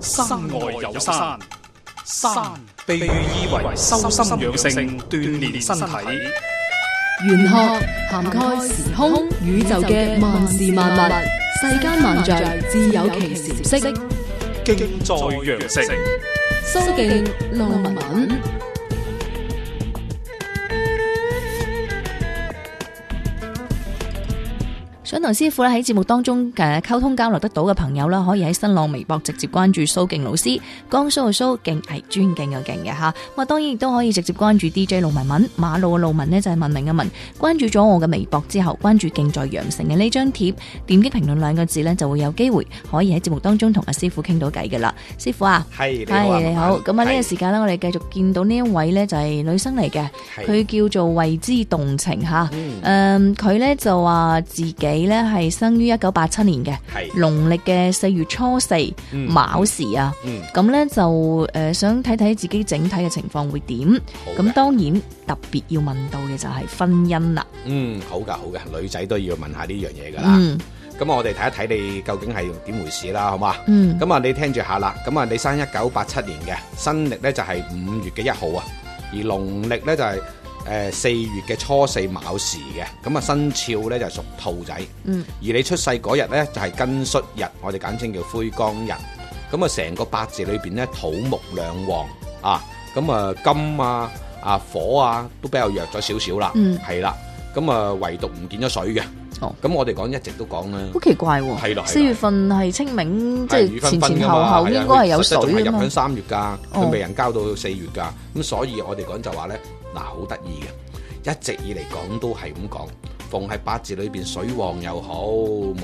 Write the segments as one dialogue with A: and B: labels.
A: 山外有山，山被喻意為修心養性、鍛鍊身體。
B: 玄學涵蓋時空宇宙嘅萬事萬物，世間萬象自有其時色。
A: 敬在羊城，
B: 蘇敬路文。
C: 想同師傅咧喺節目當中誒溝通交流得到嘅朋友啦，可以喺新浪微博直接關注蘇敬老師，江蘇嘅蘇敬係尊敬嘅敬嘅嚇。咁啊，當然亦都可以直接關注 DJ 路文文，馬路嘅路文呢就係文明嘅文。關注咗我嘅微博之後，關注敬在羊城嘅呢張貼，點擊評論兩個字呢，就會有機會可以喺節目當中同阿師傅傾到偈嘅啦。師傅啊，
D: 係
C: 係你好。咁啊，呢個
D: 係
C: 時間呢，我哋繼續見到呢一位呢，就係女生嚟嘅，
D: 係
C: 佢叫做為之動情嚇。
D: 嗯
C: 誒，佢咧、就話自己咧係生於一九八七年嘅，
D: 係
C: 農曆嘅四月初四
D: 嗯
C: 卯時啊，
D: 嗯
C: 咁咧就誒、呃想睇睇自己整體嘅情況會點。
D: 好嘅
C: 咁當然特別要問到嘅就係婚姻啦。
D: 嗯好噶好嘅，女仔都要問下呢樣嘢噶啦。
C: 嗯
D: 咁、我哋睇一睇你究竟係點回事啦，好嘛？
C: 嗯
D: 咁啊，你聽住下啦。咁啊，你生一九八七年嘅，新歷咧就係五月嘅一號啊，而農曆咧就係誒四月嘅初四卯時嘅。咁啊，生肖咧就屬兔仔。
C: 嗯
D: 而你出世嗰日呢，就係庚戌日，我哋簡稱叫灰光日。咁啊，成個八字裏邊呢，土木兩旺啊，咁啊金啊啊火啊都比較弱咗少少啦，
C: 嗯
D: 係啦、咁啊唯獨唔見咗水嘅。
C: 哦
D: 咁我哋講一直都講啦，
C: 好奇怪
D: 係
C: 喎、
D: 咯係咯
C: 四月份係清明，即係
D: 雨紛紛
C: 前
D: 㗎
C: 前後
D: 嘛
C: 後
D: 係啊
C: 應該係有
D: 佢實質仲係
C: 水啊
D: 入
C: 嘛
D: 緊。三月㗎，
C: 哦
D: 佢未人交到四月㗎，咁所以我哋講就話呢，嗱好得意嘅，一直以嚟講都係咁講，逢係八字裏邊水旺又好，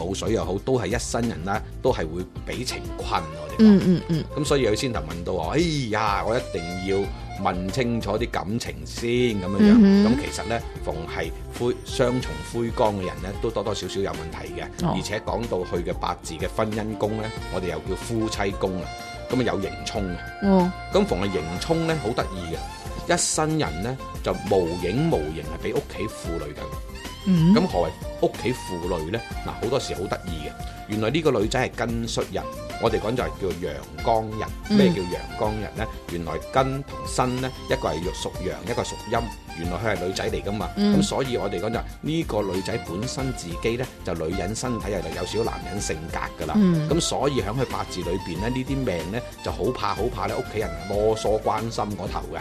D: 冇水又好，都係一生人啦，都係會俾情困我哋講。
C: 嗯嗯嗯，
D: 咁所以佢先頭問到我，哎呀，我一定要問清楚啲感情先咁樣樣。咁、
C: 嗯哼
D: 其實呢，逢係灰雙重灰光嘅人呢，都多多少少有問題嘅。
C: 哦
D: 而且講到佢嘅八字嘅婚姻宮呢，我哋又叫夫妻宮啊，咁啊有刑沖啊。
C: 哦
D: 咁逢係刑沖呢，好得意嘅，一生人呢，就無影無形係俾屋企負累緊。
C: 嗯
D: 咁何謂屋企負累呢？嗱，好多時好得意嘅。原來呢個女仔係庚戌日，我哋講就係叫陽光日。
C: 嗯
D: 咩叫陽光日呢？原來庚同辛呢，一個係屬陽，一個屬陰。原來佢係女仔嚟噶嘛，咁、
C: 嗯
D: 所以我哋講就係呢、個女仔本身自己呢，就女人身體係有少少男人性格㗎啦。
C: 嗯
D: 咁所以喺佢八字裏邊咧，呢啲命呢，就好怕好怕咧，屋企人囉嗦關心嗰頭嘅。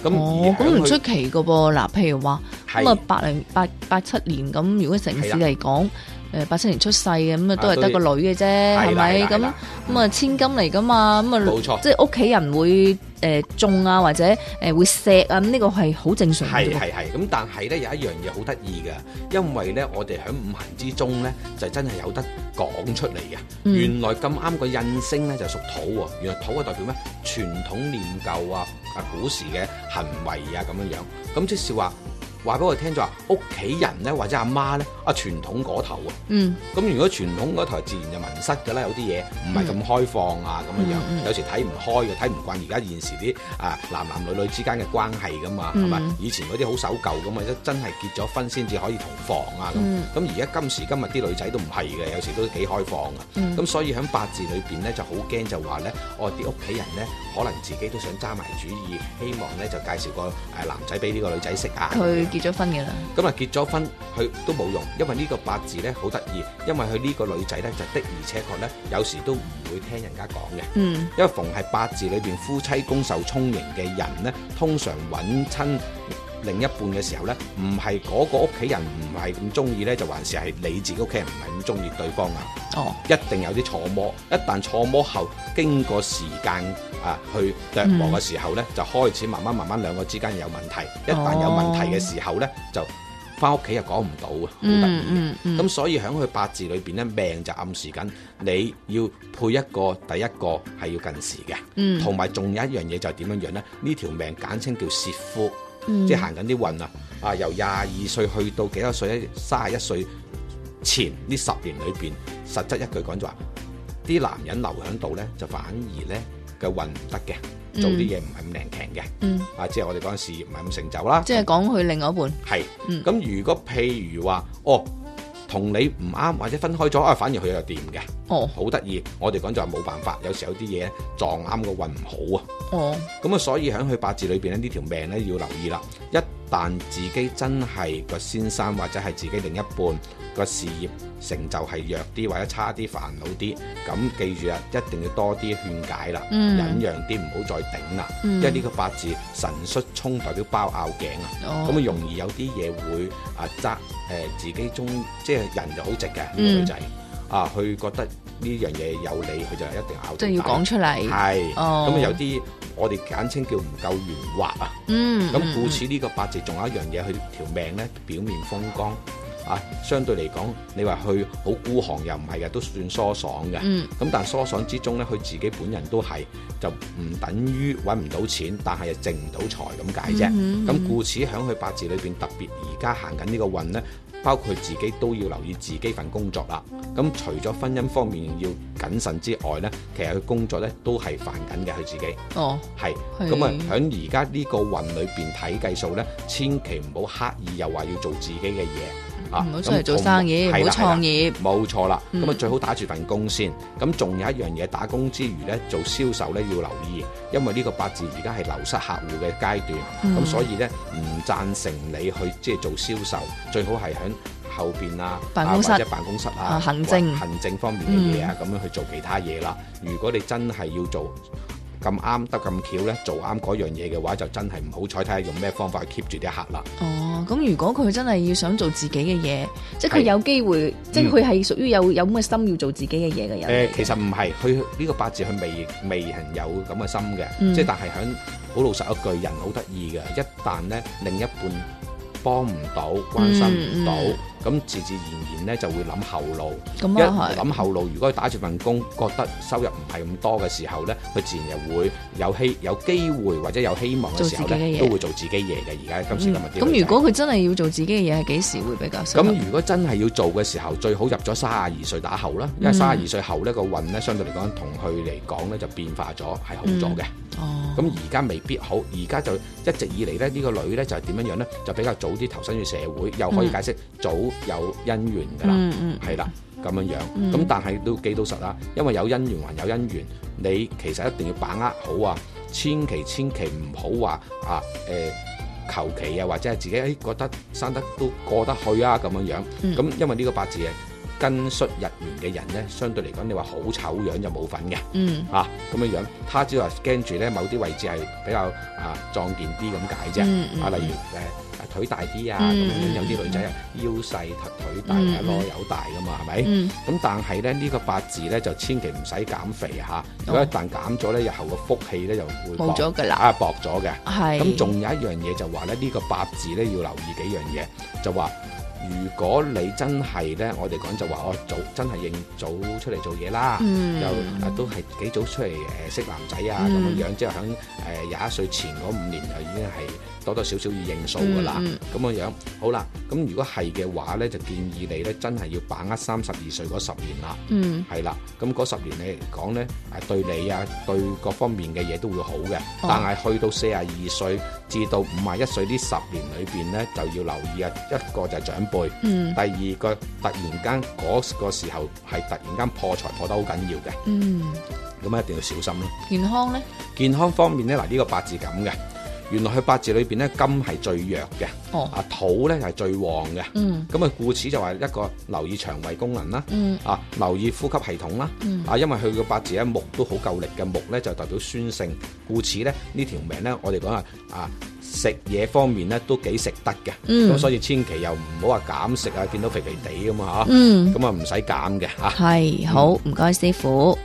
D: 咁
C: 哦，
D: 而
C: 咁唔
D: 喺
C: 出
D: 佢
C: 奇噶噃。嗱，譬如話。咁
D: 係
C: 啊，八零八八七年咁，如果城市
D: 係啦
C: 嚟講，誒八七年出世嘅咁啊，都係
D: 都
C: 得個女嘅啫，係
D: 啦
C: 咪？
D: 係啦係
C: 咁
D: 啦
C: 咁啊，千金嚟噶嘛，咁啊，
D: 冇錯
C: 即係屋企人會誒中啊，或者誒會錫啊，咁呢個係好正常嘅
D: 係
C: 啫喎。
D: 係係，咁但係咧有一樣嘢好得意嘅，因為咧我哋喺五行之中咧就真係有得講出嚟嘅。
C: 嗯
D: 原來咁啱個印星咧就屬土喎，原來土係代表咩？傳統念舊啊，啊古時嘅行為啊咁樣樣。咁即是話話俾我聽就話屋企人咧或者阿媽咧啊傳統嗰頭啊。
C: 嗯
D: 咁如果傳統嗰台自然就民失㗎啦，有啲嘢唔係咁開放啊咁樣樣，
C: 嗯嗯
D: 有時睇唔開嘅，睇唔慣而家現時啲啊男男女女之間嘅關係㗎嘛，係咪、
C: 嗯
D: 以前嗰啲好守舊㗎嘛，真係結咗婚先至可以同房啊咁。
C: 嗯
D: 咁而家今時今日啲女仔都唔係嘅，有時都幾開放啊。
C: 嗯
D: 咁、所以喺八字裏邊咧就好驚就話咧，我啲屋企人咧可能自己都想揸埋主意，希望咧就介紹個誒男仔俾呢個女仔識啊。咁樣
C: 佢結咗婚嘅啦，
D: 咁啊結咗婚佢都冇用，因為呢個八字呢好得意，因為佢呢個女仔呢，就的而且確呢，有時都唔會聽人家講嘅，
C: 嗯
D: 因為逢係八字裏邊夫妻宮受沖刑嘅人呢，通常揾親另一半嘅時候呢，唔係嗰個屋企人唔係咁中意呢，就還是係你自己屋企人唔係咁中意對方啊。
C: 哦
D: 一定有啲錯摸，一旦錯摸後，經過時間啊去琢磨嘅時候呢，就開始慢慢慢慢兩個之間有問題。
C: 哦
D: 一旦有問題嘅時候呢，就翻屋企又講唔到啊，好得
C: 嗯
D: 意嘅。
C: 嗯嗯，
D: 咁、所以喺佢八字裏邊呢，命就暗示緊你要配一個，第一個係要近時嘅，
C: 嗯
D: 同埋仲有一樣嘢就係點樣樣呢？呢條命簡稱叫蝕夫。
C: 嗯
D: 即係行緊啲運啊！啊，由廿二歲去到幾多歲咧？三十一歲前呢十年裏邊，實質一句講就話，啲男人留喺度咧，就反而咧嘅運唔得嘅，做啲嘢唔係咁靈強嘅。
C: 嗯，
D: 啊，即係我哋講事業唔係咁成就啦。
C: 即係講佢另外一半，
D: 係，
C: 嗯
D: 咁如果譬如話，哦，同你唔啱或者分開咗啊，反而佢又掂嘅，
C: 哦
D: 好得意。我哋講就係冇辦法，有時有啲嘢撞啱個運唔好啊。
C: 哦，
D: 咁啊，所以喺佢八字裏邊咧，呢條命咧要留意啦。一旦自己真係個先生或者係自己另一半個事業成就係弱啲或者差啲、煩惱啲，咁記住啊，一定要多啲勸解啦，
C: 嗯
D: 忍讓啲，唔好再頂啦。
C: 嗯
D: 因為呢個八字神率沖代表包拗頸啊，
C: 哦
D: 咁啊容易有啲嘢會啊責誒自己中，即係人就好直嘅呢個
C: 嗯
D: 女仔啊，佢覺得呢樣嘢有理，佢就一定拗到
C: 即係要
D: 底
C: 講出嚟，
D: 係，咁、
C: 哦
D: 有啲我哋簡稱叫唔夠圓滑啊。
C: 嗯，
D: 咁
C: 嗯
D: 故此呢個八字仲有一樣嘢，佢條命呢表面風光啊，相對嚟講，你話佢好孤寒又唔係嘅，都算疏爽嘅。
C: 嗯
D: 咁、但疏爽之中呢，佢自己本人都係就唔等於揾唔到錢，但係又掙唔到財咁解啫。咁、
C: 嗯嗯嗯
D: 故此喺佢八字裏邊，特別而家行緊呢個運呢，包括自己都要留意自己份工作啦。咁除咗婚姻方面要謹慎之外呢，其實佢工作呢都係煩緊嘅，佢自己。
C: 哦，
D: 係
C: 係
D: 咁啊！喺而家呢個運裏邊睇計數咧，千祈唔好刻意又話要做自己嘅嘢啊！
C: 嗯唔好出嚟
D: 咁
C: 做生意，
D: 係
C: 唔好
D: 啦
C: 創。
D: 係啦
C: 業，
D: 冇錯啦，
C: 嗯
D: 咁啊最好打住份工先。咁仲有一樣嘢，打工之餘呢，做銷售呢要留意，因為呢個八字而家係流失客戶嘅階段，咁、
C: 嗯
D: 所以呢，唔贊成你去即係做銷售，最好係喺後邊啊，
C: 辦公室
D: 啊或者辦公室啊
C: 啊，行政嗯
D: 或行政方面嘅嘢啊，咁、樣去做其他嘢啦。如果你真係要做。咁啱得咁巧呢，做啱嗰樣嘢嘅話，就真係唔好彩，睇下用咩方法去 keep 住啲客啦。
C: 哦，咁如果佢真係要想做自己嘅嘢，即係佢
D: 係嗯
C: 有機會，即係佢係屬於有有咁嘅心要做自己嘅
D: 誒、
C: 嘢嘅人嚟嘅。
D: 呃其實唔係，佢呢個八字佢未未人有咁嘅心嘅，
C: 嗯
D: 即係但係響好老實一句，人好得意嘅，一旦呢另一半幫唔到、關心唔到，
C: 嗯
D: 咁、自自然然呢就會諗後路。一
C: 咁啊係，
D: 諗後路，如果佢打住份工，覺得收入唔係咁多嘅時候呢，佢自然又會有希有機會或者有希望嘅時候
C: 做自己嘅
D: 呢，
C: 嘢
D: 都會做自己嘢嘅。而家今時今
C: 嗯
D: 日啲女
C: 咁
D: 仔
C: 如果佢真係要做自己嘅嘢，係幾時會比較適合？
D: 咁如果真係要做嘅時候，最好入咗三十二歲打後啦，因為
C: 嗯
D: 三十二歲後呢個運呢，相對嚟講同佢嚟講呢就變化咗，係好咗嘅。
C: 哦，
D: 咁而家未必好，而家就一直以嚟呢，呢、個女呢就係點樣樣呢？就比較早啲投身於社會，又可以
C: 嗯
D: 解釋早有姻緣㗎啦。
C: 嗯嗯，
D: 係啦，咁樣樣。咁、
C: 嗯
D: 但係都記到實啦，因為有姻緣還有姻緣，你其實一定要把握好啊，千祈千祈唔好話啊誒。求其啊，或者係自己誒、哎、覺得生得都過得去啊咁樣樣，咁、
C: 嗯
D: 因為呢個八字係根率日元嘅人呢，相對嚟講你話好醜樣就冇份嘅。
C: 嗯
D: 啊咁樣樣，他只係驚住咧某啲位置係比較啊壯健啲咁解啫。
C: 嗯嗯
D: 啊，例如誒、啊腿大啲啊，咁樣
C: 嗯嗯
D: 樣有啲女仔啊腰細腿腿大
C: 嗯
D: 啊，
C: 嗯
D: 攞油大噶嘛，係咪？
C: 嗯，
D: 咁但係咧呢個八字咧就千祈唔使減肥嚇、如果一旦減咗咧，日後個福氣咧就會
C: 哦冇咗㗎啦，
D: 啊薄咗嘅。
C: 係。
D: 咁仲有一樣嘢就話咧，呢、個八字咧要留意幾樣嘢，就話如果你真係咧，我哋講就話我哦早真係認早出嚟做嘢啦，
C: 嗯
D: 又啊都係幾早出嚟誒識男仔啊咁
C: 嗯
D: 樣樣，即係喺誒廿一歲前嗰五年就已經係多多少少要認數噶啦
C: 嗯，
D: 咁樣樣好啦。咁如果係嘅話咧，就建議你咧真係要把握三十二歲嗰十年啦。
C: 嗯
D: 係啦，咁嗰十年嚟講呢，誒對你啊，對各方面嘅嘢都會好嘅。
C: 哦
D: 但係去到四十二歲至到五十一歲呢十年裏邊呢，就要留意啊，一個就係長輩，
C: 嗯
D: 第二個突然間嗰個時候係突然間破財破得好緊要嘅，
C: 嗯，
D: 咁一定要小心咯。
C: 健康咧，
D: 健康方面呢，嗱、呢個八字咁嘅，原來佢八字裏邊呢，金係最弱嘅，
C: 哦，
D: 啊土呢係最旺嘅，
C: 嗯
D: 咁啊故此就話一個留意腸胃功能啦。
C: 嗯
D: 啊，留意呼吸系統啦，
C: 嗯
D: 啊，因為佢個八字咧木都好夠力嘅，木咧就代表酸性，故此咧呢條命咧，我哋講啊啊食嘢方面咧都幾食得嘅，咁、
C: 嗯
D: 所以千祈又唔好話減食啊，見到肥肥地咁啊嚇，
C: 嗯，
D: 咁啊唔使減嘅嚇。
C: 係好，唔該師傅。